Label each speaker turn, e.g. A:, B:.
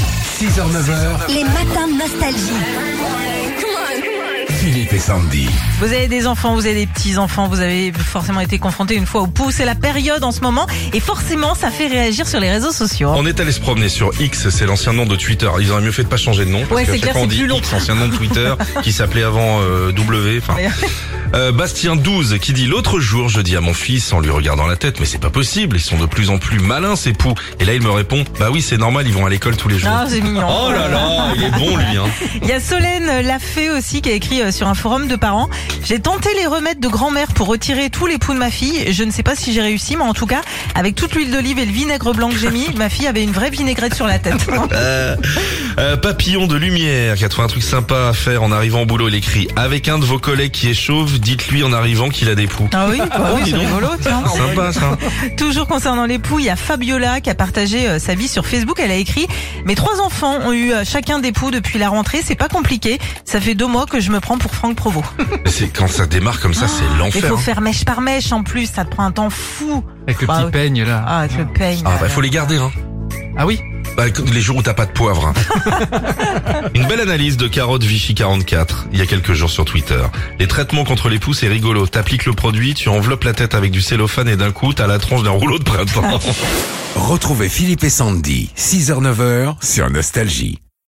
A: 6h, 9h,
B: Les matins de nostalgie.
A: Philippe et Sandy.
C: Vous avez des enfants, vous avez des petits-enfants, vous avez forcément été confronté une fois au pouls. C'est la période en ce moment et forcément ça fait réagir sur les réseaux sociaux.
D: On est allé se promener sur X, c'est l'ancien nom de Twitter. Ils auraient mieux fait de pas changer de nom. Parce
C: Ouais,
D: que
C: c'est
D: chaque
C: clair,
D: fois,
C: c'est
D: on dit
C: plus long.
D: X, ancien nom de Twitter, qui s'appelait avant euh, W. Enfin,
C: Mais-
D: Euh, Bastien 12 qui dit l'autre jour, je dis à mon fils en lui regardant la tête, mais c'est pas possible, ils sont de plus en plus malins ces poux. Et là, il me répond, bah oui, c'est normal, ils vont à l'école tous les jours.
C: Ah, c'est mignon.
D: Oh là là, il est bon lui. Hein.
C: Il y a Solène Lafay aussi qui a écrit euh, sur un forum de parents. J'ai tenté les remèdes de grand-mère pour retirer tous les poux de ma fille. Je ne sais pas si j'ai réussi, mais en tout cas, avec toute l'huile d'olive et le vinaigre blanc que j'ai mis, ma fille avait une vraie vinaigrette sur la tête.
D: Euh, euh, papillon de lumière qui a trouvé un truc sympa à faire en arrivant au boulot. Il écrit avec un de vos collègues qui est chauve, dites-lui en arrivant qu'il a des poux.
C: Ah oui, bah oui,
D: Oh, dis
C: c'est
D: donc. Ah,
C: rigolo, tiens.
D: Sympa
C: Ah,
D: ça.
C: Toujours concernant les poux, il y a Fabiola qui a partagé euh, sa vie sur Facebook. Elle a écrit Mes trois enfants ont eu euh, chacun des poux depuis la rentrée. C'est pas compliqué. Ça fait deux mois que je me prends pour Franck Provost.
D: C'est quand ça démarre comme ça, c'est
C: Ah, Il
D: l'enfer.
C: faut
D: hein.
C: faire mèche par mèche en plus. Ça te prend un temps fou.
E: Avec le
C: Bah
E: petit
C: oui.
E: peigne là.
C: Ah, avec le peigne.
D: Ah bah faut les garder hein.
E: Ah oui
D: Bah, écoute, les jours où t'as pas de poivre. hein. Une belle analyse de Carotte Vichy 44 il y a quelques jours sur Twitter. Les traitements contre les poux c'est rigolo. T'appliques le produit, tu enveloppes la tête avec du cellophane et d'un coup t'as la tronche d'un rouleau de printemps.
A: Retrouvez Philippe et Sandy, 6h, 9h sur Nostalgie.